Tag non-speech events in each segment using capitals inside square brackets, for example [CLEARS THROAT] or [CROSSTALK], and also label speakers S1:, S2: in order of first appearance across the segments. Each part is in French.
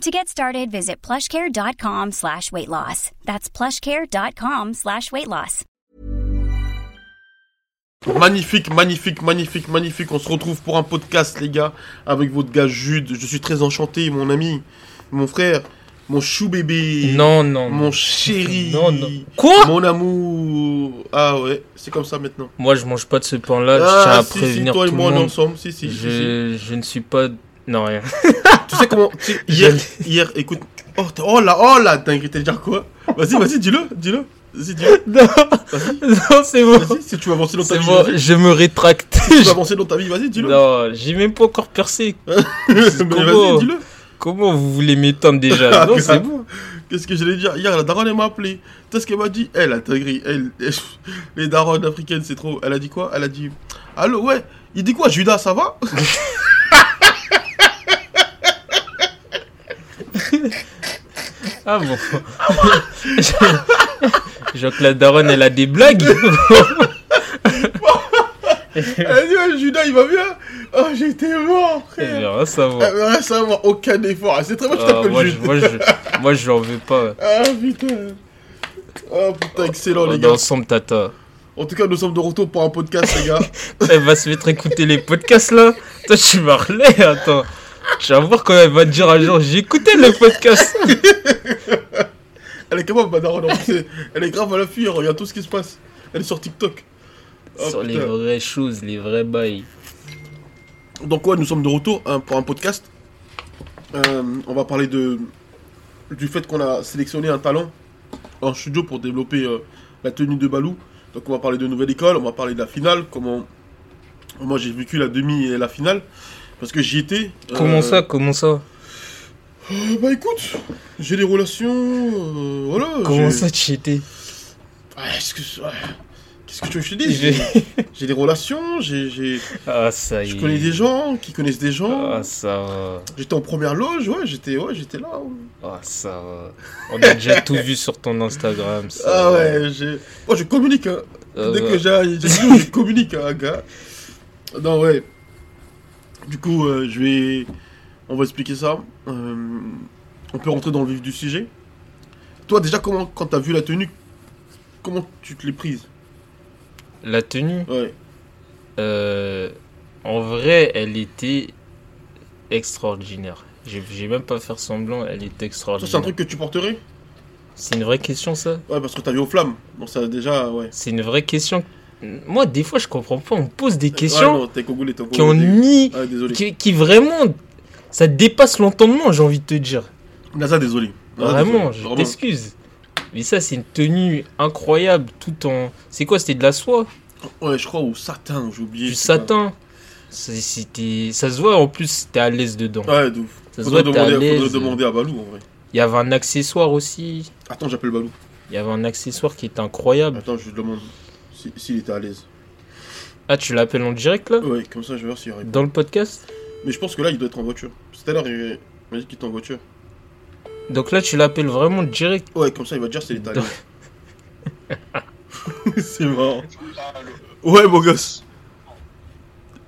S1: To get started, visit plushcare.com slash weight loss. That's plushcare.com slash weight loss.
S2: Magnifique, magnifique, magnifique, magnifique. On se retrouve pour un podcast, les gars, avec votre gars Jude. Je suis très enchanté, mon ami, mon frère, mon chou bébé.
S3: Non, non.
S2: Mon chéri.
S3: Non, non. Quoi
S2: Mon amour. Ah ouais, c'est comme ça maintenant.
S3: Moi, je mange pas de ce pain-là.
S2: ah,
S3: je tiens à
S2: si,
S3: prévenir
S2: si, toi
S3: tout
S2: et
S3: le
S2: moi,
S3: monde.
S2: on est ensemble. Si, si, si, si.
S3: Je, je ne suis pas. Non, rien.
S2: Tu sais comment. tu sais, hier, hier, écoute. Oh, t'as- oh là, oh là, dingue, t'allais dire quoi Vas-y, vas-y, dis-le, dis-le. Vas-y, dis-le.
S3: non,
S2: Vas-y,
S3: [LAUGHS] non, c'est bon.
S2: vas-y, si tu veux avancer dans ta
S3: C'est
S2: vie.
S3: bon,
S2: vas-y.
S3: je me rétracte.
S2: Si
S3: [LAUGHS]
S2: tu veux avancer dans ta vie, vas-y, [LAUGHS] dis-le.
S3: non, j'ai même pas encore percé.
S2: Mais
S3: Comment
S2: vas-y, dis-le.
S3: Comment vous voulez m'éteindre
S2: Ah,
S3: déjà Non, c'est bon.
S2: Qu'est-ce que j'allais dire Hier, la daronne, elle m'a appelé. Tu sais ce qu'elle m'a dit Elle a dinguerie. Elle, elle- [LAUGHS] les daronnes africaines, c'est trop. Elle a dit quoi Elle a dit Allô, ouais. Il dit quoi, Judas, ça
S3: [LAUGHS]
S2: va
S3: Ah bon. [LAUGHS] Je- Jacques la daronne, elle a
S2: [LAUGHS]
S3: des blagues.
S2: Elle a dit Ouais, Judas, il va bien Oh, j'étais mort,
S3: Elle
S2: frère.
S3: verra ça va.
S2: Elle veut rien savoir, aucun effort. C'est très bien, Ah je
S3: Ah,
S2: t'appelle
S3: moi, je,
S2: Judas.
S3: moi, je, moi, je l'en veux pas.
S2: Ah, putain. Ah, putain, excellent, les
S3: On est
S2: gars.
S3: ensemble, tata.
S2: En tout cas, nous sommes de retour pour un podcast,
S3: [LAUGHS]
S2: les gars.
S3: Elle va se mettre à écouter les podcasts là. Toi, tu vas relais, attends. Tu vas voir quand elle va te dire un jour j'ai écouté le
S2: [LAUGHS]
S3: podcast.
S2: Elle est capable, ma daronne. en plus, elle- Elle est grave à la fuir. Regarde tout ce qui se passe. Elle est sur TikTok. Ah,
S3: Sur les
S2: putain.
S3: vraies choses, les vrais bails.
S2: Donc ouais, nous sommes de retour hein, pour un podcast. Euh, on va parler de du fait qu'on a sélectionné un talent en studio pour développer euh, la tenue de Balou. Donc on va parler de nouvelle école, on va parler de la finale, comment moi j'ai vécu la demi et la finale parce que j'y étais. Euh,
S3: Comment ça, comment ça
S2: euh, Bah écoute, j'ai des relations, euh, voilà. j'ai-
S3: Comment ça, tu étais
S2: Ah, est-ce que- ah, Qu'est-ce que tu veux que je te dise J'ai- J'ai des relations, j'ai, j'ai-
S3: Ah, ça y est.
S2: je connais des gens qui connaissent des gens.
S3: Ah, ça va.
S2: J'étais en première loge, ouais, j'étais, ouais, j'étais là. ouais.
S3: Ah, ça va. On a déjà tout vu sur ton Instagram. ça
S2: Ah
S3: va.
S2: ouais, j'ai. Moi, je communique, hein.
S3: Euh, Ah
S2: Dès que
S3: ouais.
S2: j'ai j'ai dit, je communique, hein, gars. Non, ouais. Du coup, euh, je vais. On va expliquer ça. Euh, on peut rentrer dans le vif du sujet. Toi, déjà, comment, quand t'as vu la tenue, comment tu te l'es prise
S3: La tenue,
S2: Ouais.
S3: euh, en vrai, elle était extraordinaire. J'ai j'ai même pas faire semblant, elle était
S2: Ça,
S3: extraordinaire.
S2: c'est un truc que tu porterais
S3: C'est une vraie question, ça
S2: Ouais, parce que t'as vu aux flammes. Bon, ça, déjà, ouais.
S3: C'est une vraie question. Moi, des fois, je comprends pas. On pose des
S2: Ouais,
S3: questions
S2: non, t'es cogoulé, t'es
S3: qui ont
S2: cogoulé.
S3: ni.
S2: Ouais, désolé.
S3: Qui, qui vraiment. Ça dépasse l'entendement, j'ai envie de te dire.
S2: NASA, désolé. NASA,
S3: Vraiment,
S2: désolé.
S3: je
S2: Vraiment.
S3: t'excuse. Mais ça, c'est une tenue incroyable, tout en. C'est quoi C'était de la soie
S2: Ouais, je crois au satin, j'ai oublié.
S3: Du
S2: je sais pas.
S3: satin C'est- c'était- Ça se voit en plus, t'es à l'aise dedans.
S2: Ouais, de ouf.
S3: Ça se
S2: Faudrait
S3: voit, t'es à
S2: demander, faudrait
S3: l'aise.
S2: demander à Balou, en vrai.
S3: Il y avait un accessoire aussi.
S2: Attends, j'appelle Balou.
S3: Il y avait un accessoire qui était incroyable.
S2: Attends, je lui demande si- s'il était à l'aise.
S3: Ah, tu l'appelles en direct là
S2: Ouais, comme ça, je vais voir s'il répond.
S3: Dans le podcast
S2: Mais je pense que là, il doit être en voiture. Tout à l'heure, il m'a dit qu'il était en voiture.
S3: Donc là, tu l'appelles vraiment
S2: [LAUGHS]
S3: direct.
S2: Ouais, comme ça, il va dire s'il était à
S3: [LAUGHS]
S2: l'aise. C'est marrant. Ouais, beau gosse.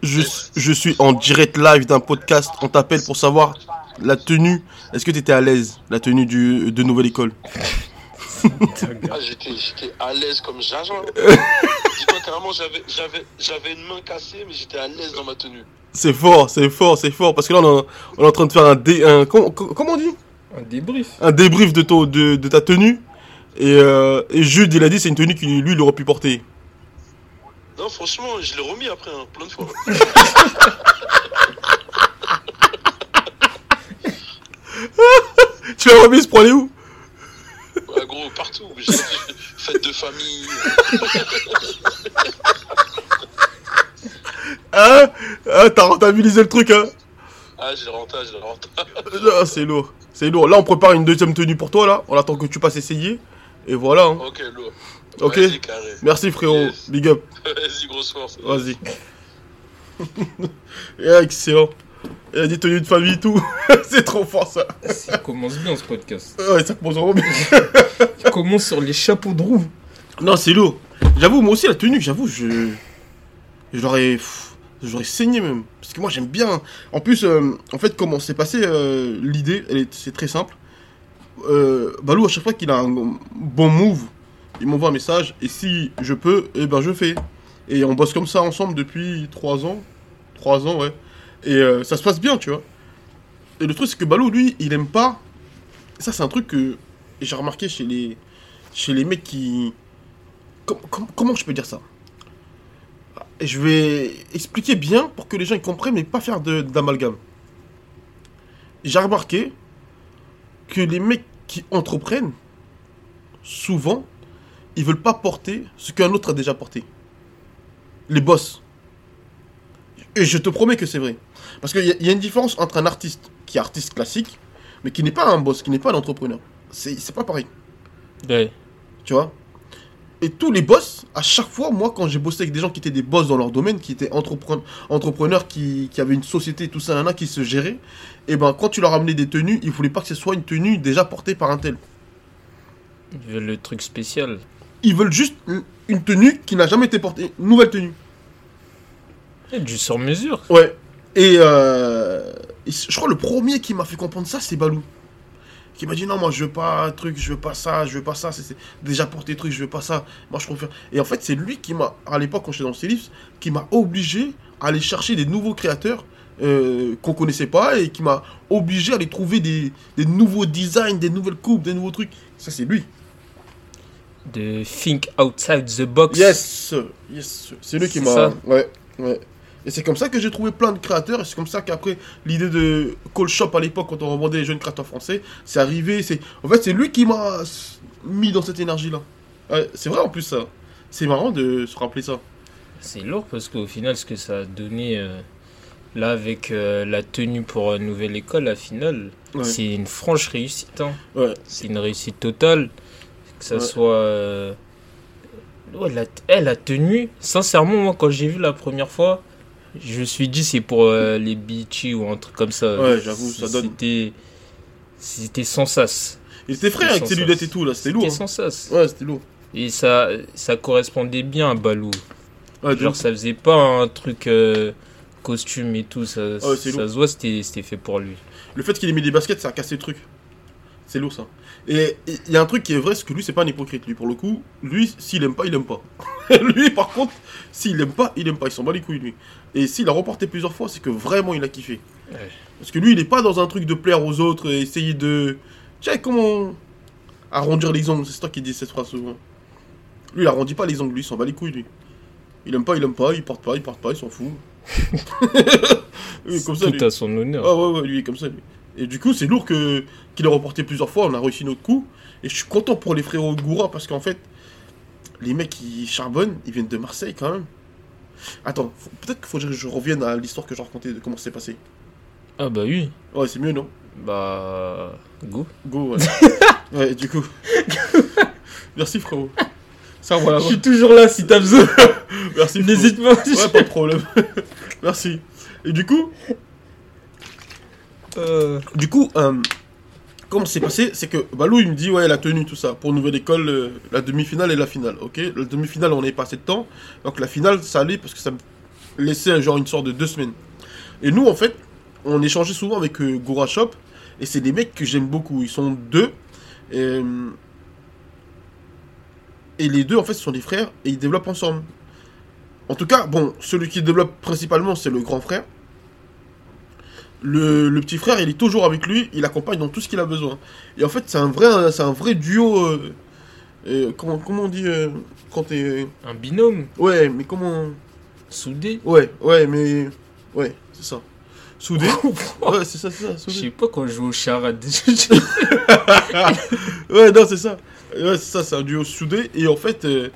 S2: Je, je suis en direct live d'un podcast. On t'appelle pour savoir la tenue. Est-ce que t'étais à l'aise La tenue du, de Nouvelle École
S4: Ah, j'étais, j'étais à l'aise comme Jaja.
S2: [LAUGHS]
S4: Dis-toi carrément, j'avais, j'avais, j'avais une main cassée, mais j'étais à l'aise dans ma tenue.
S2: C'est fort, c'est fort, c'est fort. Parce que là, on, en- on est en train de faire un. Dé, un comment, comment on dit
S3: Un débrief.
S2: un débrief de, ton, de, de ta tenue. Et, euh, et Jude, il a dit c'est une tenue qu'il lui, il aurait pu porter.
S4: Non, franchement, je l'ai remis après, hein, plein
S2: [LAUGHS]
S4: de fois.
S2: Tu l'as remise pour aller où
S4: Ouais, Ah, gros, partout. J'ai- Fête de famille.
S2: Hein Hein, T'as rentabilisé le truc, hein
S4: Ah, j'ai le rentage, j'ai le rentage.
S2: Ah, C'est lourd, c'est lourd. Là, on prépare une deuxième tenue pour toi, là. On attend que tu passes essayer. Et voilà. hein.
S4: [LAUGHS] Ok, lourd.
S2: Ok
S4: Vas-y, carré.
S2: Merci frérot,
S4: Yes.
S2: big up,
S4: [LAUGHS] Vas-y, grosse force.
S2: vas-y. [LAUGHS] Eh, Excellent. Il a dit tenue de famille et tout. [LAUGHS] c'est trop fort ça.
S3: Ça commence bien ce podcast.
S2: Ouais, ça commence vraiment bien.
S3: Il commence sur les chapeaux de roue.
S2: Non, c'est lourd. J'avoue, moi aussi, la tenue, j'avoue, je. J'aurais. pff, J'aurais saigné même. Parce que moi, j'aime bien. hein. En plus, euh, en fait, comment s'est passé euh, l'idée elle est- C'est très simple. Euh, Balou, à chaque fois qu'il a un bon move, il m'envoie un message. Et si je peux, eh ben, je fais. Et on bosse comme ça ensemble depuis 3 ans. 3 ans, ouais. Et euh, ça se passe bien, tu vois. Et le truc, c'est que Balou, lui, il aime pas. Ça, c'est un truc que j'ai remarqué chez les, chez les mecs qui. Com- com- comment je peux dire ça Et Je vais expliquer bien pour que les gens y comprennent, mais pas faire de- d'amalgame. J'ai remarqué que les mecs qui entreprennent, souvent, ils veulent pas porter ce qu'un autre a déjà porté. Les boss. Et je te promets que c'est vrai. Parce qu'il y, a- il y a une différence entre un artiste qui est artiste classique, mais qui n'est pas un boss, qui n'est pas un entrepreneur. C'est c'est pas pareil.
S3: Ouais.
S2: Tu vois Et tous les boss, à chaque fois, moi, quand j'ai bossé avec des gens qui étaient des boss dans leur domaine, qui étaient entrepren- entrepreneurs, qui, qui avaient une société, tout ça, nanana, qui se géraient, et ben quand tu leur amenais des tenues, ils voulaient pas que ce soit une tenue déjà portée par un tel.
S3: Ils veulent le truc spécial.
S2: Ils veulent juste une- une tenue qui n'a jamais été portée, une nouvelle tenue.
S3: Et du sur mesure.
S2: Ouais. Et euh, et c- je crois le premier qui m'a fait comprendre ça, c'est Balou. Qui m'a dit non, moi je veux pas un truc, je veux pas ça, je veux pas ça. C'est c'est déjà pour tes trucs, je veux pas ça. Moi je préfère. Et en fait, c'est lui qui m'a, à l'époque quand j'étais dans Celips, qui m'a obligé à aller chercher des nouveaux créateurs euh, qu'on connaissait pas et qui m'a obligé à aller trouver des, des nouveaux designs, des nouvelles coupes, des nouveaux trucs. Ça, c'est lui.
S3: De think outside the box.
S2: Yes, yes, c'est lui qui
S3: C'est
S2: m'a.
S3: ça.
S2: Ouais, ouais. Et c'est comme ça que j'ai trouvé plein de créateurs. Et c'est comme ça qu'après l'idée de Call Shop à l'époque, quand on revendait les jeunes créateurs français, c'est arrivé. C'est en fait c'est lui qui m'a s- mis dans cette énergie là. c'est vrai en plus ça. C'est marrant de se rappeler ça.
S3: C'est lourd parce qu'au final, ce que ça a donné euh, là avec euh, la tenue pour euh, Nouvelle École, à finale,
S2: Ouais.
S3: c'est une franche réussite. hein.
S2: Ouais.
S3: C'est une réussite totale. Que ça
S2: Ouais.
S3: soit. euh, ouais, la, eh, la tenue, sincèrement, moi, quand j'ai vu la première fois, je me suis dit c'est pour euh, les beachy ou un truc comme ça.
S2: Ouais, j'avoue, ça donne.
S3: C'était. C'était sans sas.
S2: Il était frais avec
S3: sans
S2: ses
S3: sas.
S2: lunettes et tout là. C'était lourd.
S3: C'était
S2: hein.
S3: sans sas.
S2: Ouais, c'était lourd.
S3: Et ça, ça correspondait bien à Balou.
S2: Ouais, de
S3: Genre,
S2: ouf.
S3: ça faisait pas un truc euh, costume et tout. Ça,
S2: Ah ouais, c'est
S3: ça
S2: lourd.
S3: se voit, c'était c'était fait pour lui.
S2: Le fait qu'il ait mis des baskets, ça a cassé le truc. C'est lourd ça. Et et il y a un truc qui est vrai, c'est que lui, c'est pas un hypocrite. Lui, pour le coup, lui, s'il aime pas, il aime pas. [LAUGHS] lui, par contre, s'il aime pas, il aime pas. Il s'en bat les couilles, lui. Et s'il a remporté plusieurs fois, c'est que vraiment, il a kiffé.
S3: Ouais.
S2: Parce que lui, il est pas dans un truc de plaire aux autres et essayer de. Tiens, comment. Arrondir les ongles. C'est toi qui dis cette phrase souvent. Lui, il arrondit pas les ongles, lui, il s'en bat les couilles, lui. Il aime pas, il aime pas, il porte pas, il porte pas, il s'en
S3: [LAUGHS]
S2: fout. [LAUGHS] Oui, comme ça, lui.
S3: tout à son honneur.
S2: Ah ouais, ouais, lui, il est comme ça, lui. Et du coup, c'est lourd que qu'il ait remporté plusieurs fois, on a réussi notre coup. Et je suis content pour les frérots Goura parce qu'en fait, les mecs qui charbonnent, ils viennent de Marseille quand même. Attends, faut- peut-être qu'il faudrait que je revienne à l'histoire que je racontais de comment c'est passé.
S3: Ah bah oui.
S2: Ouais, c'est mieux, non
S3: Bah. Go.
S2: Go, [LAUGHS] ouais. ouais, du coup. [LAUGHS] Merci, frérot. Ça, voilà. ouais.
S3: toujours là si t'as besoin.
S2: [LAUGHS] Merci, frérot.
S3: pas.
S2: Ouais, pas de problème. [LAUGHS] Merci. Et du coup,
S3: Euh,
S2: Du coup, euh, comment c'est passé C'est que Balou, il me dit, ouais, la tenue, tout ça. Pour Nouvelle École, euh, la demi-finale et la finale, ok La demi-finale, on est passé de temps. Donc la finale, ça allait parce que ça me laissait euh, genre une sorte de deux semaines. Et nous, en fait, on échangeait souvent avec euh, Goura Shop. Et c'est des mecs que j'aime beaucoup. Ils sont deux. Et, euh, et les deux, en fait, sont des frères et ils développent ensemble. En tout cas, bon, celui qui développe principalement, c'est le grand frère. Le, le petit frère, il est toujours avec lui, il accompagne dans tout ce qu'il a besoin. Et en fait, c'est un vrai, c'est un vrai duo. euh, euh, comment, comment on dit euh, quand t'es. euh,
S3: un binôme
S2: ouais, mais comment.
S3: soudé.
S2: Ouais, ouais, mais. Ouais, c'est ça.
S3: [LAUGHS]
S2: Soudé. ouais, c'est ça, c'est ça.
S3: Je
S2: soudé.
S3: sais pas quand je joue au charade. [LAUGHS]
S2: ouais, non, c'est ça. Ouais, c'est ça, c'est un duo soudé. Et en fait, euh,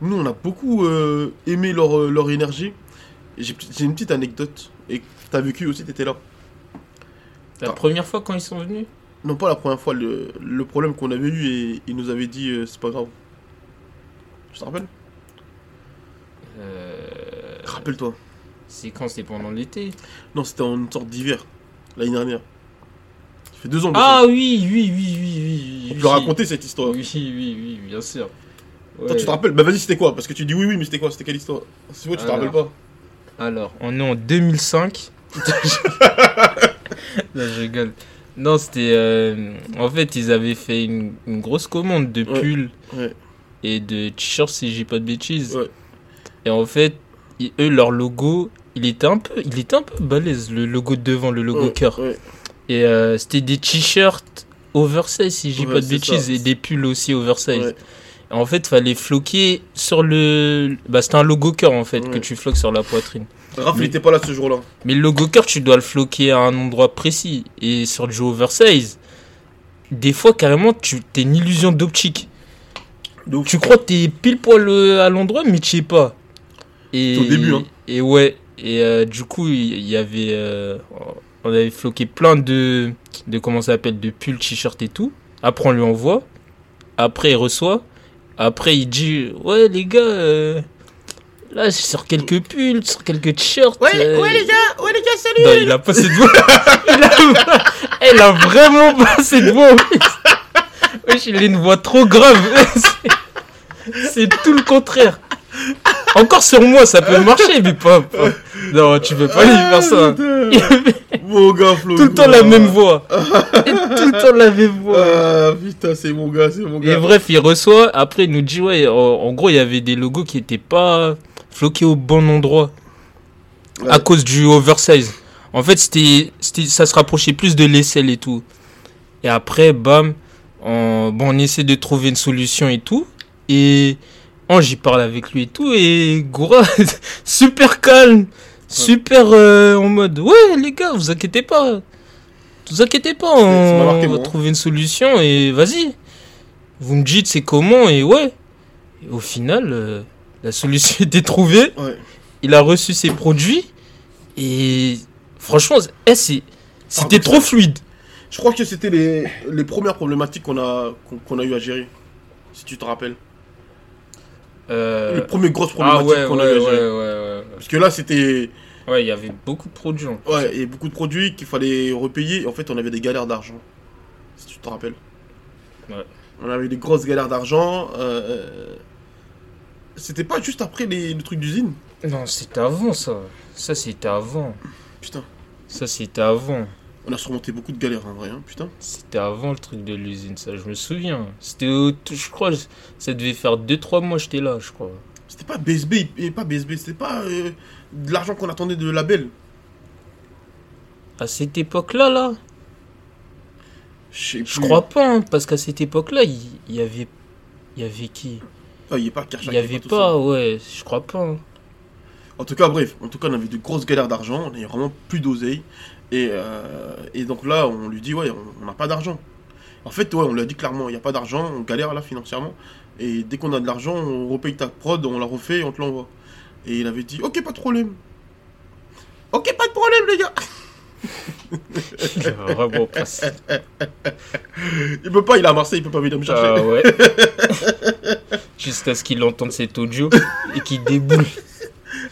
S2: nous, on a beaucoup euh, aimé leur, euh, leur énergie. Et J'ai j'ai une petite anecdote. Et t'as vécu aussi, t'étais là.
S3: la
S2: Ah.
S3: première fois quand ils sont venus
S2: Non, pas la première fois, le, le problème qu'on avait eu et ils nous avaient dit euh, c'est pas grave. Tu te rappelles
S3: Euh,
S2: Rappelle-toi.
S3: c'est quand C'était pendant l'été
S2: Non, c'était en une sorte d'hiver, l'année dernière. Ça fait deux ans.
S3: Ah oui, oui, oui, oui, oui. oui,
S2: On
S3: oui.
S2: peut raconter cette histoire.
S3: Oui, oui, oui, bien sûr.
S2: Toi, tu te
S3: Ouais.
S2: rappelles Bah vas-y, c'était quoi Parce que tu dis oui, oui, mais c'était quoi C'était quelle histoire C'est vrai, tu te
S3: Alors.
S2: rappelles pas
S3: Alors, on est
S2: [LAUGHS]
S3: en 2005. non, je rigole. Non, c'était. euh, en fait, ils avaient fait une, une grosse commande de
S2: Ouais.
S3: pulls
S2: Ouais.
S3: et de t-shirts, si j'ai pas de bêtises.
S2: Ouais.
S3: Et en fait, ils- eux, leur logo, il était un peu, il était un peu balèze, le logo de devant, le logo
S2: Ouais,
S3: cœur.
S2: ouais.
S3: Et euh, c'était des t-shirts oversize, si j'ai
S2: Ouais,
S3: pas de
S2: c'est
S3: bêtises,
S2: ça.
S3: et des pulls aussi oversize.
S2: Ouais.
S3: Et En fait, fallait floquer sur le. Bah, c'était un logo cœur en fait que
S2: Ouais.
S3: tu floques sur la poitrine.
S2: Raph, il
S3: Mais-
S2: était pas là ce jour-là.
S3: Mais le logo cœur, tu dois le floquer à un endroit précis. Et sur le jeu oversize, des fois carrément, tu t'es une illusion d'optique.
S2: De ouf.
S3: Tu crois que t'es pile poil euh, à l'endroit, mais tu es pas. Et,
S2: C'est au début, hein.
S3: Et ouais. Et euh, du coup, il il y avait. euh, on avait floqué plein de. De comment ça s'appelle De pulls, t-shirts et tout. Après, on lui envoie. Après, il reçoit. Après, il dit Ouais, les gars. euh, Là, je sors quelques pulls, sur quelques t-shirts. euh, Ouais, les gars, ouais, les gars, salut! Non, il a passé de voix. [LAUGHS] il a, elle a vraiment passé de voix. Wesh, il a une voix trop grave. [LAUGHS] C'est- C'est tout le contraire. Encore sur moi, ça peut marcher, mais pas. pas- Non, tu peux pas lui faire ça. Il
S2: Ah, putain.
S3: avait
S2: Mon gars, Flo.
S3: tout le temps la même voix. Et tout le temps la même voix.
S2: Ah putain, c'est mon gars, c'est mon
S3: Et
S2: gars.
S3: bref, il reçoit. Après, il nous dit ouais. En, en gros, il y avait des logos qui étaient pas floqués au bon endroit
S2: Ouais.
S3: à cause du oversize. En fait, c'était, c'était- ça se rapprochait plus de l'aisselle et tout. Et après, bam, on, bon, on essaie de trouver une solution et tout. Et on j'y parle avec lui et tout. Et Goura, [LAUGHS] super calme, super euh, en mode ouais les gars, vous inquiétez pas, vous inquiétez pas,
S2: ça m'a
S3: on,
S2: marqué,
S3: va
S2: moi, hein.
S3: trouver une solution et vas-y. Vous me dites c'est comment et ouais. Et au final, euh, la solution [LAUGHS] était trouvée
S2: Ouais.
S3: il a reçu ses produits et franchement, eh, c'est-
S2: Paradoxal.
S3: c'était trop fluide.
S2: Je crois que c'était les, les premières problématiques qu'on a, qu'on, qu'on a eu à gérer. Si tu te rappelles. Les premières grosses problématiques qu'on a eu à gérer.
S3: Euh, ah ouais,
S2: Parce que là, c'était.
S3: ouais. il y avait beaucoup de produits. hein.
S2: Ouais, et beaucoup de produits qu'il fallait repayer. Et en fait, on avait des galères d'argent. Si tu te rappelles.
S3: Ouais.
S2: On avait des grosses galères d'argent. euh, euh, C'était pas juste après les, le truc d'usine.
S3: Non, c'était avant ça. Ça, c'était avant.
S2: Putain.
S3: Ça, c'était avant.
S2: On a surmonté beaucoup de galères, en vrai. hein, Putain.
S3: C'était avant le truc de l'usine, ça, je me souviens. C'était, au- je crois, ça devait faire 2-3 mois, j'étais là, je crois.
S2: C'était pas BSB. Et pas BSB. C'était pas euh, de l'argent qu'on attendait de label.
S3: À cette époque-là, là,
S2: sais
S3: je
S2: plus.
S3: crois pas, hein, parce qu'à cette époque-là, il il y, avait. Il y avait qui
S2: Ah, il y a pas Karchak,
S3: Il
S2: il
S3: y
S2: y a
S3: avait
S2: tout
S3: pas,
S2: ça.
S3: ouais, je crois pas. hein.
S2: En tout cas, bref, en tout cas, on avait de grosses galères d'argent, on n'avait vraiment plus d'oseille. Et, euh, et donc là, on lui dit, ouais, on- on n'a pas d'argent. En fait, ouais, on lui a dit clairement, il n'y a pas d'argent, on galère là financièrement. Et dès qu'on a de l'argent, on repaye ta prod, on la refait et on te l'envoie. Et il avait dit, ok, pas de problème. Ok, pas de problème, les gars. [LAUGHS]
S3: Il a vraiment passé.
S2: Il peut pas, il est à Marseille, il peut pas venir me chercher.
S3: Ah ouais. [LAUGHS] Jusqu'à ce qu'il entende cet audio et qu'il
S2: [LAUGHS]
S3: déboule.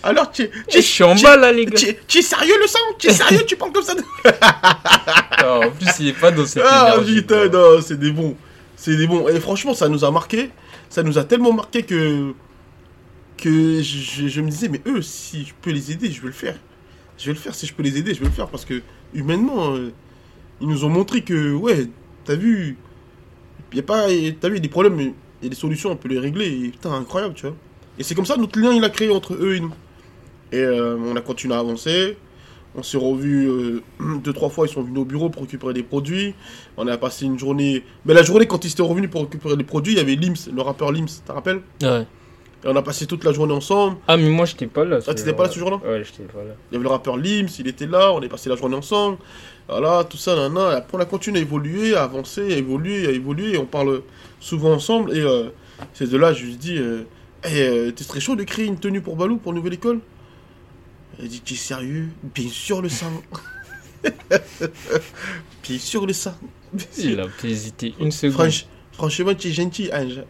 S2: Alors, tu es, tu
S3: Je
S2: es-
S3: suis en
S2: tu-
S3: bas là, les
S2: tu
S3: gars.
S2: es- tu es sérieux, le sang Tu es sérieux, tu parles comme ça de-
S3: Ah, en plus, il est pas dans cette
S2: Ah
S3: énergie.
S2: putain,
S3: quoi.
S2: non, c'est des bons. C'est des bons. Et franchement, ça nous a marqué. Ça nous a tellement marqué que. que je, je me disais, mais eux, si je peux les aider, je vais le faire. Je vais le faire, si je peux les aider, je vais le faire. Parce que, humainement, euh, ils nous ont montré que, ouais, t'as vu. Y a pas. T'as vu, y a des problèmes, mais y a des solutions, on peut les régler. Et putain, incroyable, tu vois. Et c'est comme ça, notre lien, il a créé entre eux et nous. Et euh, on a continué à avancer. On s'est revus euh, [CLEARS THROAT] deux, trois fois. Ils sont venus au bureau pour récupérer des produits. On a passé une journée. Mais la journée, quand ils étaient revenus pour récupérer les produits, il y avait Lims, le rappeur Lims, tu te rappelles
S3: Ouais.
S2: Et on a passé toute la journée ensemble.
S3: Ah, mais moi, j'étais pas là.
S2: Ah, t'étais pas là ce jour-là
S3: Ouais, j'étais
S2: [LAUGHS]
S3: pas là.
S2: Il y avait le rappeur Lims, il était là, on est passé la journée ensemble. Voilà, tout ça, nanana. Et après, on a continué à évoluer, à avancer, à évoluer, à évoluer. Et on parle souvent ensemble. Et euh, c'est de là, je lui dis euh, Hey, euh, T'es très chaud de créer une tenue pour Balou, pour Nouvelle École Il dit T'es sérieux Bien sûr, le sang. [LAUGHS] Bien sûr, le sang.
S3: Il a pas hésité une seconde.
S2: Franch- Franchement, tu es gentil, Ange.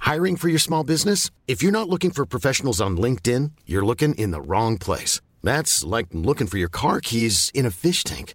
S5: Hiring for your small business? If you're not looking for professionals on LinkedIn, you're looking in the wrong place. That's like looking for your car keys in a fish tank.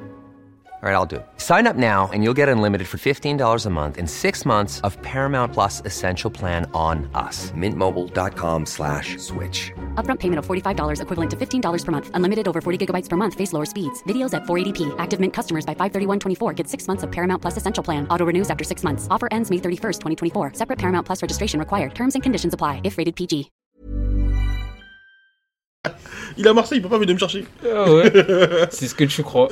S6: All right, I'll do it. Sign up now and you'll get unlimited for $15 a month in six months of Paramount Plus Essential Plan on us. Mintmobile.com slash switch.
S7: Upfront payment of $45 equivalent to $15 per month. Unlimited over 40 gigabytes per month. Face lower speeds. Videos at 480p. Active Mint customers by 531.24 get six months of Paramount Plus Essential Plan. Auto renews after six months. Offer ends May 31st, 2024. Separate Paramount Plus registration required. Terms and conditions apply if rated PG.
S2: Il est à Marseille, il peut pas venir me chercher.
S3: Ah
S2: [LAUGHS]
S3: ouais, c'est ce que tu crois.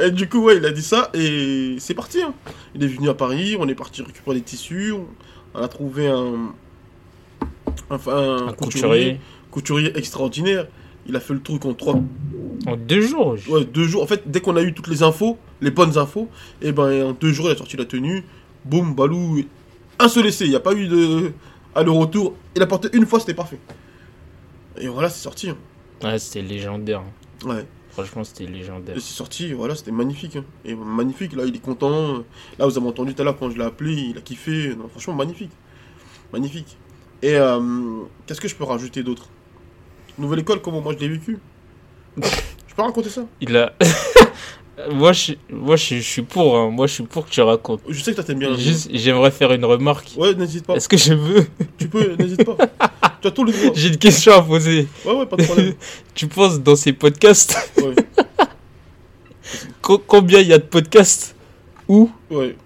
S2: Et du coup, ouais, il a dit ça et c'est parti. hein. Il est venu à Paris, on est parti récupérer des tissus, on, on a trouvé un, un, un
S3: Un couturier.
S2: couturier extraordinaire. Il a fait le truc en trois,
S3: En deux jours. je-
S2: ouais, deux jours. En fait, dès qu'on a eu toutes les infos, les bonnes infos, et ben en deux jours, il a sorti la tenue. Boum, balou, un seul essai. Il n'y a pas eu de aller-retour. Il a porté une fois, c'était parfait. Et voilà, c'est sorti. hein.
S3: Ouais, Ah, c'était légendaire. hein.
S2: Ouais.
S3: Franchement, c'était légendaire.
S2: Et c'est sorti, voilà, c'était magnifique. hein. Et magnifique, là, il est content. Là, vous avez entendu tout à l'heure quand je l'ai appelé, il a kiffé. Non, franchement, magnifique. Magnifique. Et euh, qu'est-ce que je peux rajouter d'autre Nouvelle école, comment moi je l'ai
S3: [LAUGHS]
S2: vécu Je peux raconter ça
S3: Il a. [LAUGHS] moi, je, moi je, je suis pour. hein. Moi, je suis pour que tu racontes.
S2: Je sais que toi t'aimes bien.
S3: Juste, j'aimerais faire une remarque.
S2: Ouais, n'hésite pas.
S3: Est-ce que je veux [LAUGHS]
S2: Tu peux, n'hésite pas. tu as tout le droit.
S3: J'ai une question à poser.
S2: Ouais, ouais, pas de problème.
S3: [LAUGHS] tu penses dans ces podcasts [LAUGHS]
S2: Ouais,
S3: co- combien il y a de podcasts où
S2: ouais,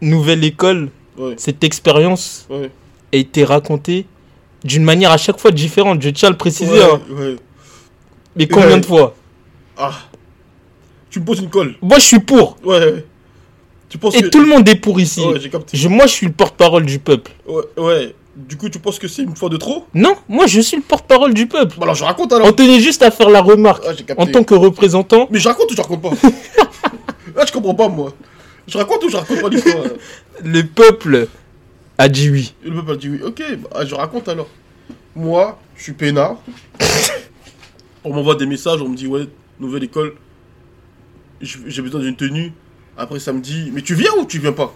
S3: nouvelle école,
S2: ouais,
S3: cette expérience
S2: ouais.
S3: a été racontée d'une manière à chaque fois différente. Je tiens à le préciser. hein.
S2: Ouais, ouais.
S3: Mais combien de fois
S2: Ah. Tu me poses une colle.
S3: Moi, je suis pour.
S2: Ouais, ouais. Tu penses que.
S3: Et tout le monde est pour ici.
S2: Ouais, j'ai capté.
S3: Je- moi, je suis le porte-parole du peuple.
S2: Ouais, ouais. Du coup, tu penses que c'est une fois de trop
S3: Non, moi, je suis le porte-parole du peuple.
S2: Bah alors, je raconte alors.
S3: On tenait juste à faire la remarque.
S2: Ah, j'ai capté.
S3: en tant que représentant,
S2: Mais je raconte ou je
S3: [LAUGHS]
S2: raconte pas Là, je comprends pas, moi. Je raconte ou je raconte pas l'histoire là
S3: le peuple a dit oui.
S2: Et Le peuple a dit oui. Ok, bah, je raconte alors. Moi, je suis peinard. on m'envoie des messages, on me dit, ouais, nouvelle école, j- j'ai besoin d'une tenue. Après, ça me dit, mais tu viens ou tu viens pas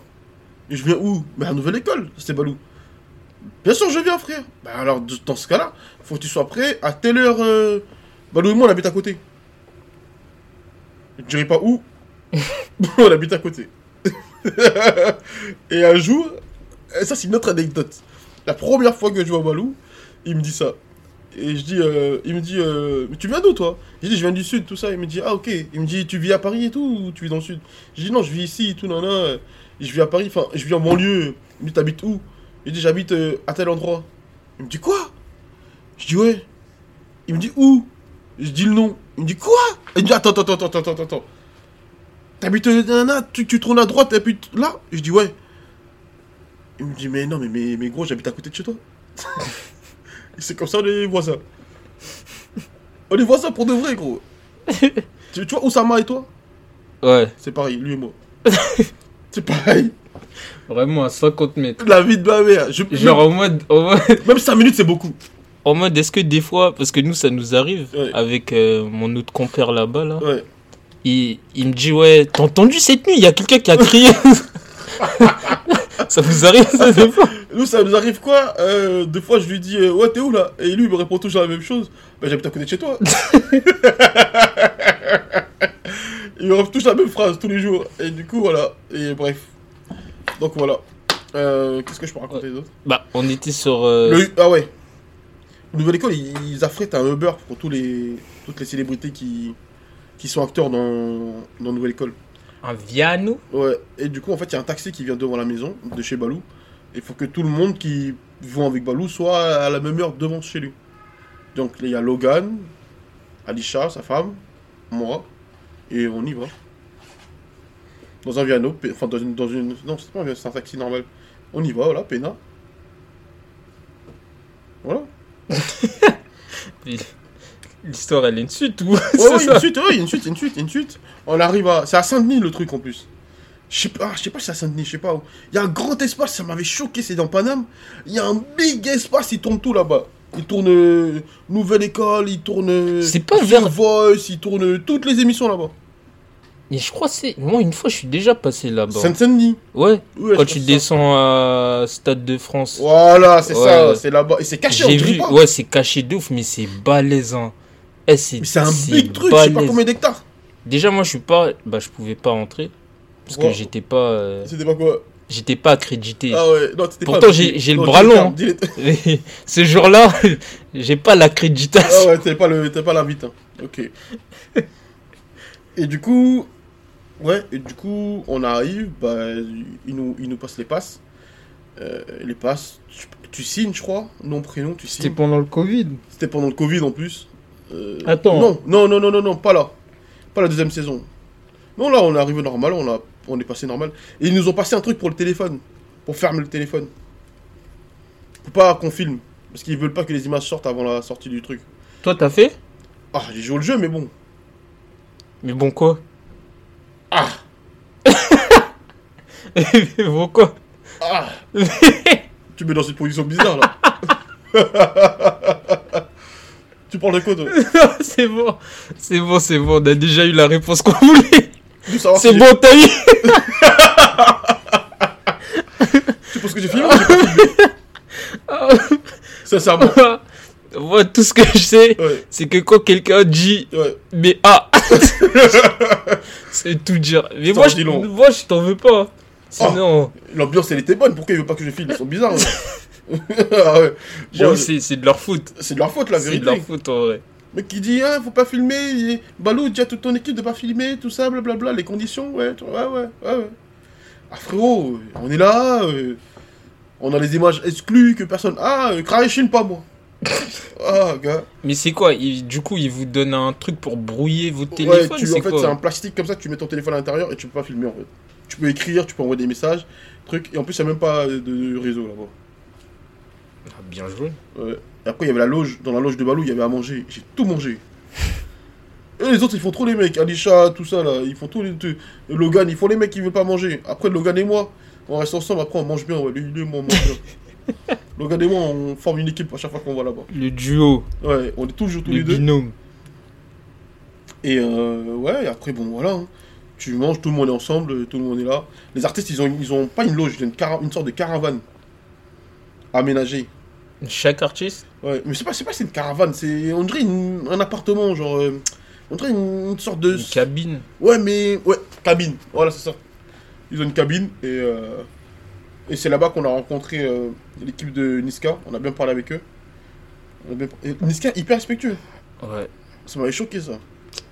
S2: Et je viens où Mais à nouvelle école, c'est balou. Bien sûr, je viens, frère. Bah alors, de- dans ce cas-là, faut que tu sois prêt à telle heure. euh, Balou et moi, on habite à côté. Je dirais pas où. [LAUGHS] on habite à côté. [LAUGHS] et un jour, et ça, c'est une autre anecdote. La première fois que je vois Balou, il me dit ça. Et je dis, euh, il me dit, euh, mais tu viens d'où toi Je dis, je viens du sud, tout ça. Il me dit, ah ok. Il me dit, tu vis à Paris et tout, ou tu vis dans le sud Je dis, non, je vis ici, et tout, nan, nan. Je vis à Paris, enfin, je vis en banlieue. Il me dit, t'habites où Je dis, j'habite euh, à tel endroit. Il me dit, quoi Je dis, ouais. Il me dit, où Je dis le nom. Il me dit, quoi Il me dit, attends, attends, attends, attends, attends, attends. T'habites, euh, nan, nan, tu, tu tournes à droite, et puis t- là Je dis, ouais. Il me dit, mais non, mais, mais, mais gros, j'habite à côté de chez toi. [LAUGHS] Et c'est comme ça, on les voisins. On les voisins pour de vrai, gros. tu, tu vois, Oussama et toi,
S3: Ouais,
S2: c'est pareil, lui et moi. [LAUGHS] c'est pareil.
S3: vraiment à 50 mètres.
S2: La vie de ma mère. je-
S3: Genre en mode, en mode,
S2: Même 5 minutes, c'est beaucoup.
S3: en mode, est-ce que des fois, parce que nous ça nous arrive
S2: Ouais.
S3: avec euh, mon autre compère là-bas là,
S2: Ouais.
S3: il, il me dit ouais, t'as entendu cette nuit, il y a quelqu'un qui a crié. [LAUGHS] ça vous arrive ça des fois
S2: Nous, ça nous arrive quoi Euh, Des fois, je lui dis, euh, ouais, t'es où là Et lui, il me répond toujours la même chose. Bah, j'habite à côté de chez toi. il me répond toujours la même phrase tous les jours. Et du coup, voilà. Et bref. Donc, voilà. Euh, Qu'est-ce que je peux raconter d'autre
S3: Bah, on était sur. euh,
S2: Le- ah ouais. Nouvelle école, ils ils affrètent un Uber pour tous les, toutes les célébrités qui, qui sont acteurs dans, dans Nouvelle école.
S3: Un Viano
S2: Ouais. Et du coup, en fait, il y a un taxi qui vient devant la maison de chez Balou. Il faut que tout le monde qui vont avec Balou soit à la même heure devant chez lui. Donc, il y a Logan, Alisha, sa femme, moi, Et on y va. Dans un Viano, Pe- enfin dans une, dans une. Non, c'est pas un Viano, c'est un taxi normal. On y va, voilà, Pena. Voilà.
S3: Il- L'histoire, elle est une suite ou
S2: Ouais,
S3: c'est
S2: ouais, il y a
S3: ça
S2: une suite, ouais, il y a une suite, il y a une suite, il y a une suite. Oh, On arrive à. C'est à Saint-Denis le truc en plus. Je sais pas, ah, je sais pas si c'est à Saint-Denis, je sais pas où. Il y a un grand espace, ça m'avait choqué, c'est dans Paname. Il y a un big espace, ils tournent tout là-bas. Ils tournent euh, Nouvelle École, ils tournent. euh,
S3: C'est pas
S2: Sur
S3: vers-
S2: Voice, ils tournent euh, toutes les émissions là-bas.
S3: Mais je crois que c'est. Moi, une fois, je suis déjà passé là-bas.
S2: Saint-Denis.
S3: Ouais.
S2: Ouais,
S3: Quand
S2: je
S3: tu
S2: pense
S3: descends à Stade de France.
S2: Voilà, c'est
S3: Ouais,
S2: ça,
S3: ouais.
S2: c'est là-bas. Et c'est caché, on
S3: J'ai
S2: dirait
S3: vu,
S2: pas.
S3: ouais, c'est caché de ouf, mais c'est balaisant. Eh, c'est
S2: Mais c'est un
S3: c'est
S2: big truc, je sais pas
S3: balèze.
S2: combien d'hectares.
S3: Déjà, moi, je suis pas, bah, je pouvais pas rentrer parce que
S2: Ouais.
S3: j'étais pas, euh,
S2: C'était pas quoi
S3: j'étais pas accrédité.
S2: Ah ouais, non, c'était pas-
S3: Pourtant, j'ai- j'ai le
S2: Non,
S3: bras
S2: dis
S3: long,
S2: terme,
S3: hein.
S2: dis les-
S3: Et [LAUGHS] Ce jour-là, j'ai pas
S2: Ah
S3: l'accréditation.
S2: ouais, t'es pas, le, t'es pas l'invite. hein. Ok. Et du coup. Ouais, et du coup, on arrive, bah, il nous, il nous passe les passes. Euh, les passes, tu, tu signes, je crois. Nom, prénom, tu signes.
S3: pendant le Covid.
S2: C'était pendant le Covid en plus. Euh,
S3: Attends.
S2: Non, non, non, non, non, non, pas là. Pas la deuxième saison. Non, là, on est arrivé normal, on, a, on est passé normal. Et ils nous ont passé un truc pour le téléphone. Pour fermer le téléphone. Pour pas qu'on filme. Parce qu'ils veulent pas que les images sortent avant la sortie du truc.
S3: Toi, t'as fait
S2: Ah, j'ai joué le jeu, mais bon.
S3: Mais bon quoi Ah. Mais [LAUGHS] bon quoi [LAUGHS]
S2: Ah Tu me mets dans une position bizarre là. [LAUGHS] tu prends le code. euh,
S3: Non, C'est bon, c'est bon, c'est bon. On a déjà eu la réponse qu'on voulait.
S2: Tu savoir
S3: C'est
S2: si-
S3: bon, t'as eu. [LAUGHS]
S2: Tu penses que j'ai filmé ou j'ai pas filmé Sincèrement.
S3: Moi, tout ce que je sais,
S2: Ouais,
S3: c'est que quand quelqu'un dit
S2: ouais.
S3: mais ah, [LAUGHS] c'est tout dire. Mais
S2: Ça
S3: moi,
S2: en
S3: je,
S2: dit long.
S3: moi, je t'en veux pas.
S2: Ah,
S3: Sinon,
S2: L'ambiance elle était bonne, pourquoi ils veulent pas que je filme Ils sont bizarres. eux. [LAUGHS] Ah ouais.
S3: j'avoue,
S2: Bon,
S3: c'est c'est de leur faute.
S2: c'est de leur faute la
S3: C'est de
S2: vérité.
S3: leur faute en vrai.
S2: Mais qui dit ah faut pas filmer, il- Balou dis à toute ton équipe de pas filmer, tout ça, blablabla, les conditions, ouais, tu- ouais, ouais, ouais, ouais. Ah frérot, on est là, euh, on a les images exclues que personne. Ah, euh, Kraychine, pas
S3: [LAUGHS]
S2: moi. ah gars.
S3: Mais c'est quoi il- Du coup, ils vous donnent un truc pour brouiller votre
S2: Ouais,
S3: téléphone
S2: tu, en
S3: c'est
S2: fait
S3: quoi
S2: c'est un plastique comme ça, tu mets ton téléphone à l'intérieur et tu peux pas filmer en fait. Tu peux écrire, tu peux envoyer des messages, truc, et en plus il y a même pas de- de réseau là-bas.
S3: Ah, Bien joué.
S2: Ouais. Et après, il y avait la loge. Dans la loge de Balou, il y avait à manger. J'ai tout mangé. Et les autres, ils font trop les mecs. Alisha, tout ça, là. Ils font tous les. tout- Logan, ils font les mecs qui veulent pas manger. Après, Logan et moi, on reste ensemble. Après, on mange bien. Ouais, lui, lui et moi, on mange bien. Logan et moi, on forme une équipe à chaque fois qu'on va là-bas.
S3: Le duo,
S2: Ouais, on est toujours tous
S3: le
S2: les deux.
S3: binôme.
S2: Et euh, ouais, et après, bon, voilà. hein. Tu manges, tout le monde est ensemble, tout le monde est là. Les artistes, ils ont, ils ont pas une loge, ils ont une, cara- une sorte de caravane aménagée.
S3: Chaque artiste
S2: Ouais, mais c'est pas, c'est pas c'est une caravane, c'est on dirait une- un appartement, genre euh, on dirait une, une sorte de
S3: Une cabine.
S2: ouais mais ouais cabine, voilà c'est ça. Ils ont une cabine et euh, et c'est là-bas qu'on a rencontré euh, l'équipe de Niska, on a bien parlé avec eux. On a bien- et Niska hyper respectueux,
S3: Ouais.
S2: ça m'avait choqué ça.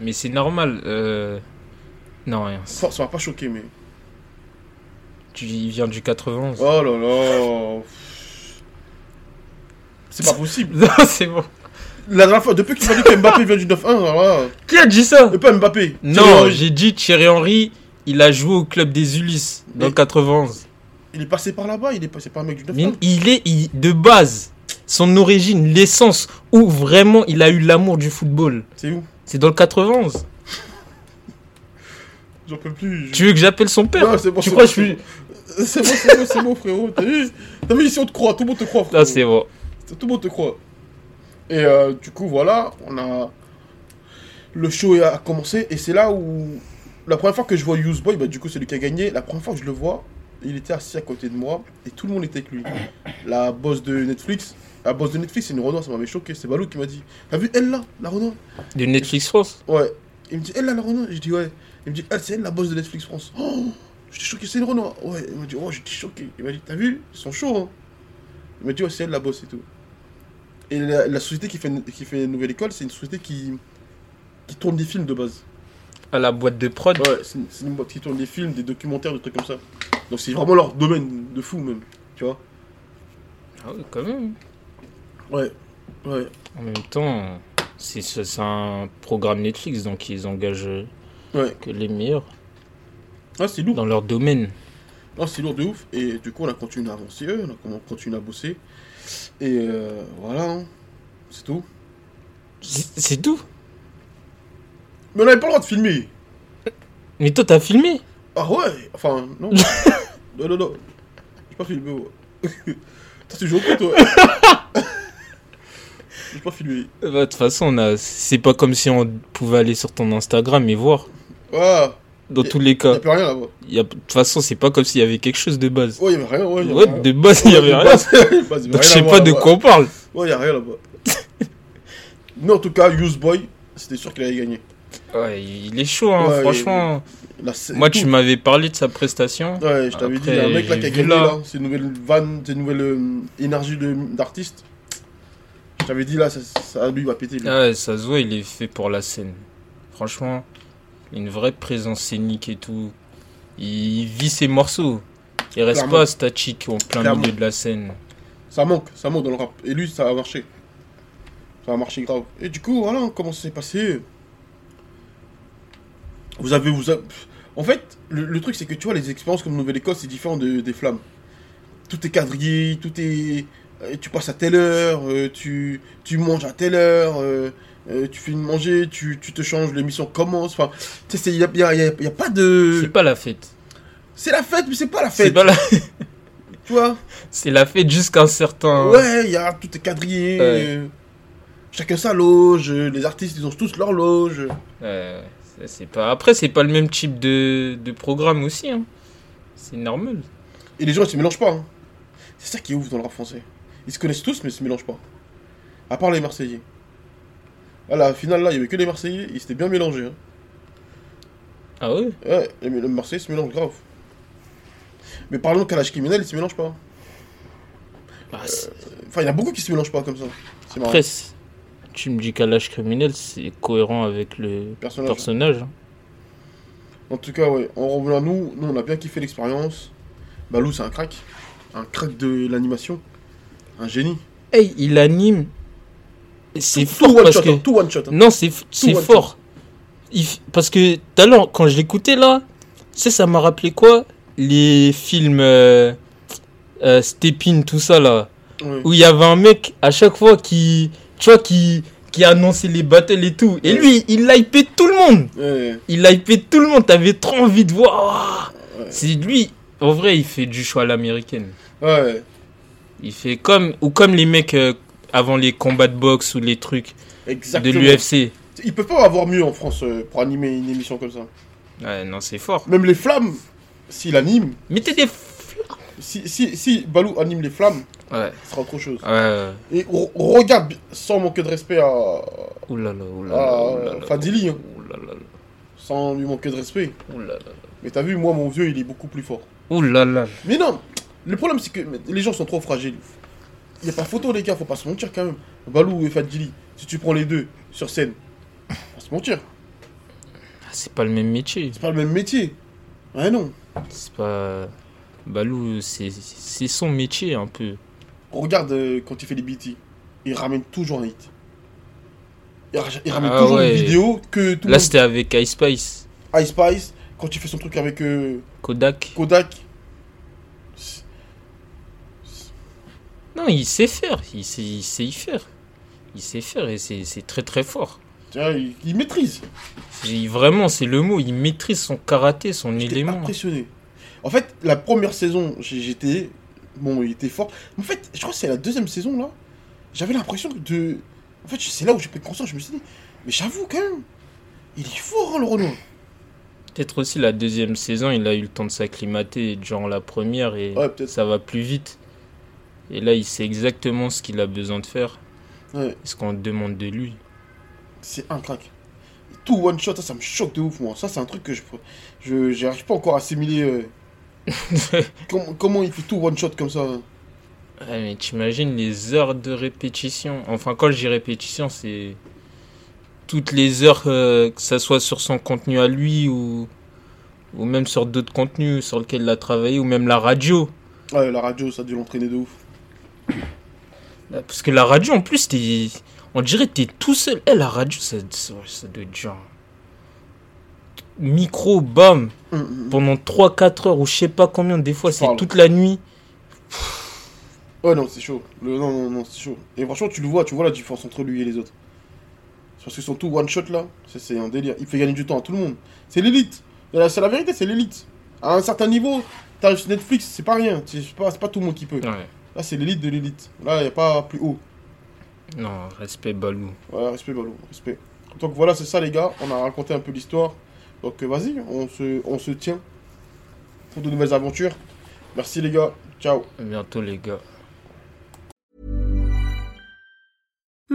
S3: Mais c'est normal. euh, Non, rien.
S2: Enfin, ça m'a pas choqué mais
S3: Tu... Il vient du 91.
S2: oh là là, c'est pas possible.
S3: [LAUGHS] Non, c'est bon.
S2: La dernière fois depuis que tu m'as dit que Mbappé vient du 9-1, voilà.
S3: Qui a dit ça
S2: et pas Mbappé.
S3: Non,
S2: Thierry Henry,
S3: j'ai dit Thierry Henry, il a joué au club des Ulysses dans
S2: Mais-
S3: le 91.
S2: il est passé par là-bas, il est passé par un mec du 9-1.
S3: Mais il est il- de base, son origine, l'essence où vraiment il a eu l'amour du football.
S2: C'est où
S3: C'est dans le 91.
S2: J'en peux plus. je-
S3: Tu veux que j'appelle son père
S2: Non, c'est bon,
S3: Tu
S2: c'est
S3: crois
S2: bon,
S3: que je suis
S2: c'est bon. [LAUGHS] C'est bon, c'est bon, c'est bon, frérot. T'as vu T'as vu, ici on te croit, tout le monde te croit, frérot.
S3: Ah, c'est bon.
S2: Tout le monde te croit. Et euh, du coup, voilà, on a. Le show a commencé et c'est là où. La première fois que je vois Useboy, bah, du coup, c'est lui qui a gagné. La première fois que je le vois, il était assis à côté de moi et tout le monde était avec lui. La boss de Netflix. La boss de Netflix, c'est une Renoir, ça m'avait choqué. C'est Balou qui m'a dit T'as vu elle là, la Renoir
S3: De Netflix France.
S2: Ouais. Il me dit, elle là, la Renoir Je dis, ouais. Il me dit, elle, c'est elle la boss de Netflix France. Oh J'étais choqué, c'est une Renoir. Ouais. Il m'a dit, oh, j'étais choqué. Il m'a dit, t'as vu Ils sont chauds, hein. Il m'a dit, ouais, c'est elle la boss et tout. Et la, la société qui fait, qui fait Nouvelle École, c'est une société qui, qui tourne des films de base.
S3: À la boîte de prod.
S2: Ouais, c'est une- c'est une boîte qui tourne des films, des documentaires, des trucs comme ça. Donc c'est vraiment leur domaine de fou, même. Tu vois
S3: Ah ouais, quand même.
S2: Ouais. Ouais.
S3: En même temps, c'est c'est- c'est un programme Netflix, donc ils engagent
S2: Ouais.
S3: que les meilleurs
S2: Ah, c'est lourd.
S3: dans leur domaine.
S2: Non, c'est lourd Ah, de ouf. Et du coup, on a continué à avancer, on a com- continué à bosser. Et euh, voilà, hein. c'est tout.
S3: C'est c'est tout.
S2: Mais on n'avait pas le droit de filmer.
S3: Mais toi, t'as filmé
S2: Ah ouais Enfin,
S3: [LAUGHS]
S2: non. non, non, non. J'ai pas filmé. ouais. [LAUGHS] Toi, tu joues au con, toi. J'ai pas filmé.
S3: Bah, De toute façon, on a... c'est pas comme si on pouvait aller sur ton Instagram et voir.
S2: Voilà.
S3: Dans
S2: Y-
S3: tous les
S2: Y'a
S3: cas,
S2: plus rien là-bas.
S3: Y a- de toute façon, c'est pas comme s'il y avait quelque chose de base.
S2: Ouais, y'avait rien. Ouais, y avait
S3: Ouais,
S2: rien.
S3: de base, il y avait
S2: de
S3: rien.
S2: base, y avait rien
S3: Donc,
S2: à
S3: je sais
S2: voir
S3: pas de
S2: là-bas.
S3: quoi on parle.
S2: Ouais, y'a rien là-bas. Mais en tout cas, Useboy, c'était sûr qu'il allait gagner.
S3: Ouais, il est chaud, hein,
S2: Ouais,
S3: franchement.
S2: La scè-
S3: Moi,
S2: tout.
S3: tu m'avais parlé de sa prestation.
S2: Ouais, je t'avais dit, il y a un
S3: Après,
S2: mec là qui a
S3: j'ai vu
S2: gagné
S3: là.
S2: là, c'est une nouvelle vanne, c'est une nouvelle euh, énergie de- d'artiste. Je t'avais dit là, ça, ça- lui il va péter. lui.
S3: Ah ouais, ça se voit, il est fait pour la scène. Franchement, une vraie présence scénique et tout. Il vit ses morceaux. Il reste
S2: Clairement.
S3: pas statique en plein
S2: Clairement.
S3: milieu de la scène.
S2: Ça manque, ça manque dans le rap. Et lui, ça a marché. Ça a marché grave. Et du coup, voilà, comment ça s'est passé Vous avez, vous avez- En fait, le, le truc c'est que tu vois, les expériences comme Nouvelle-Écosse, c'est différent de- des flammes. Tout est quadrillé, tout est... euh, Tu passes à telle heure, euh, tu, tu manges à telle heure, euh, euh, tu finis de manger, tu, tu te changes, l'émission commence. Enfin, tu sais, il n'y a, y a- y a- y a pas
S3: C'est
S2: de...
S3: pas la fête.
S2: C'est la fête, mais c'est pas la
S3: C'est
S2: Euh, fête,
S3: pas la... [LAUGHS]
S2: tu vois
S3: C'est la fête jusqu'à un certain.
S2: Ouais, y a, tout est quadrillé.
S3: Ouais.
S2: euh, Chacun sa loge. euh, Les artistes, ils ont tous leur loge.
S3: Ouais, ça, c'est pas. Après, c'est pas le même type de, de programme aussi. hein. C'est normal.
S2: Et les gens, ils se mélangent pas. hein. C'est ça qui est ouf dans le rap français. Ils se connaissent tous, mais ils se mélangent pas. À part les Marseillais. À la finale, là, il y avait que les Marseillais. Ils s'étaient bien mélangés. hein.
S3: Ah ouais.
S2: Ouais, les les Marseillais se mélangent grave. Mais parlons qu'à l'âge criminel, ils se mélangent pas.
S3: Ah,
S2: Euh,
S3: c'est-
S2: Enfin, il y en a beaucoup qui se mélangent pas comme ça. C'est marrant.
S3: Après, c'est- tu me dis qu'à l'âge criminel, c'est cohérent avec le
S2: Personnage.
S3: personnage. hein.
S2: En tout cas, ouais, en revenant à nous, nous on a bien kiffé l'expérience. Balou, c'est un crack. Un crack de l'animation. Un génie.
S3: Hey, il anime. C'est
S2: Tout-
S3: fort
S2: tout one
S3: parce
S2: shot,
S3: que.
S2: hein, tout one shot. hein.
S3: Non, c'est f- c'est
S2: one
S3: fort. Il f- Parce que tout à l'heure, quand je l'écoutais là, tu sais, ça m'a rappelé quoi Les films euh, euh, Step In, tout ça là.
S2: Ouais.
S3: Où il y avait un mec à chaque fois qui. Tu vois, qui, qui annonçait les battles et tout. Et
S2: Ouais.
S3: lui, il hypait tout le monde.
S2: Ouais.
S3: Il hypait tout le monde. T'avais trop envie de voir. Ah
S2: Ouais.
S3: C'est lui. En vrai, il fait du choix à l'américaine.
S2: ouais.
S3: Il fait comme. Ou comme les mecs euh, avant les combats de boxe ou les trucs
S2: Exactement.
S3: de l'UFC.
S2: Ils peuvent pas avoir mieux en France euh, pour animer une émission comme ça.
S3: Ouais, non, c'est fort.
S2: Même les flammes, s'il anime,
S3: Mettez des.
S2: si, si, si Balou anime les flammes,
S3: Ouais.
S2: ce sera autre chose.
S3: Ouais.
S2: Et re- regarde, bi- sans manquer de respect à.
S3: Oulala,
S2: Ah,
S3: oulala. oulala,
S2: Fadili, hein.
S3: Oulala,
S2: sans lui manquer de respect.
S3: oulala.
S2: Mais t'as vu, moi, mon vieux, il est beaucoup plus fort.
S3: Oulala.
S2: Mais non, le problème c'est que les gens sont trop fragiles. Il n'y a pas photo, les gars, faut pas se mentir quand même. Balou et Fadjili, si tu prends les deux sur scène, faut pas se mentir.
S3: Ah, C'est pas le même métier.
S2: C'est pas le même métier. Ouais, non.
S3: C'est pas. Balou, c'est c'est son métier un peu.
S2: Regarde euh, quand il fait les BT, il ramène toujours un hit. Il, ra- il ramène
S3: Ah
S2: toujours
S3: ouais.
S2: une vidéo que tout le
S3: Là,
S2: monde.
S3: c'était avec Ice Spice,
S2: Ice Spice, quand il fait son truc avec euh,
S3: Kodak.
S2: Kodak.
S3: Non, il sait faire. Il sait, il sait y faire. Il sait faire et c'est c'est très très fort.
S2: tu vois, il, il maîtrise.
S3: Il- vraiment, c'est le mot. Il maîtrise son karaté, son
S2: J'étais
S3: élément.
S2: impressionné. En fait, la première saison, j'ai- j'étais. Bon, il était fort. En fait, je crois que c'est la deuxième saison, là. J'avais l'impression de. En fait, c'est là où j'ai pris conscience. Je me suis dit, mais j'avoue quand même, il est fort, hein, le Renoir.
S3: Peut-être aussi la deuxième saison, il a eu le temps de s'acclimater, genre la première, et
S2: Ouais, peut-être.
S3: ça va plus vite. Et là, il sait exactement ce qu'il a besoin de faire,
S2: Ouais,
S3: ce qu'on demande de lui.
S2: c'est un crack. Tout one shot, ça, ça me choque de ouf, moi. Ça, c'est un truc que je. Je j'arrive pas encore à assimiler. euh, comment, comment il fait tout one shot comme ça hein.
S3: Ah, mais t'imagines les heures de répétition. Enfin, quand je dis répétition, c'est toutes les heures, euh, que ça soit sur son contenu à lui ou, ou même sur d'autres contenus sur lesquels il a travaillé, ou même la radio.
S2: Ouais, la radio, ça a dû l'entraîner de ouf.
S3: Là, Bah, Parce que la radio, en plus, t'es, on dirait que t'es tout seul. Eh, la radio, ça, ça, ça doit être genre micro, bam,
S2: Mm, mm.
S3: pendant 3-4 heures ou je sais pas combien, des fois c'est
S2: Parle.
S3: toute la nuit.
S2: Ouais, non, c'est chaud. Le- non, non, non, c'est chaud. Et franchement, tu le vois, tu vois la différence entre lui et les autres. C'est Parce que sont tous one shot là, c'est- c'est un délire. Il fait gagner du temps à tout le monde. C'est l'élite. Et là, C'est la vérité, c'est l'élite. À un certain niveau, t'as sur Netflix, c'est pas rien. C'est pas, c'est pas tout le monde qui peut.
S3: Ouais,
S2: Là, c'est l'élite de l'élite. Là, y a pas plus haut.
S3: non, respect Balou.
S2: Voilà, respect, Balou, respect. Donc voilà, c'est ça, les gars. On a raconté un peu l'histoire. Donc euh, vas-y, on se, on se tient pour de nouvelles aventures. Merci, les gars. Ciao.
S3: À bientôt les gars.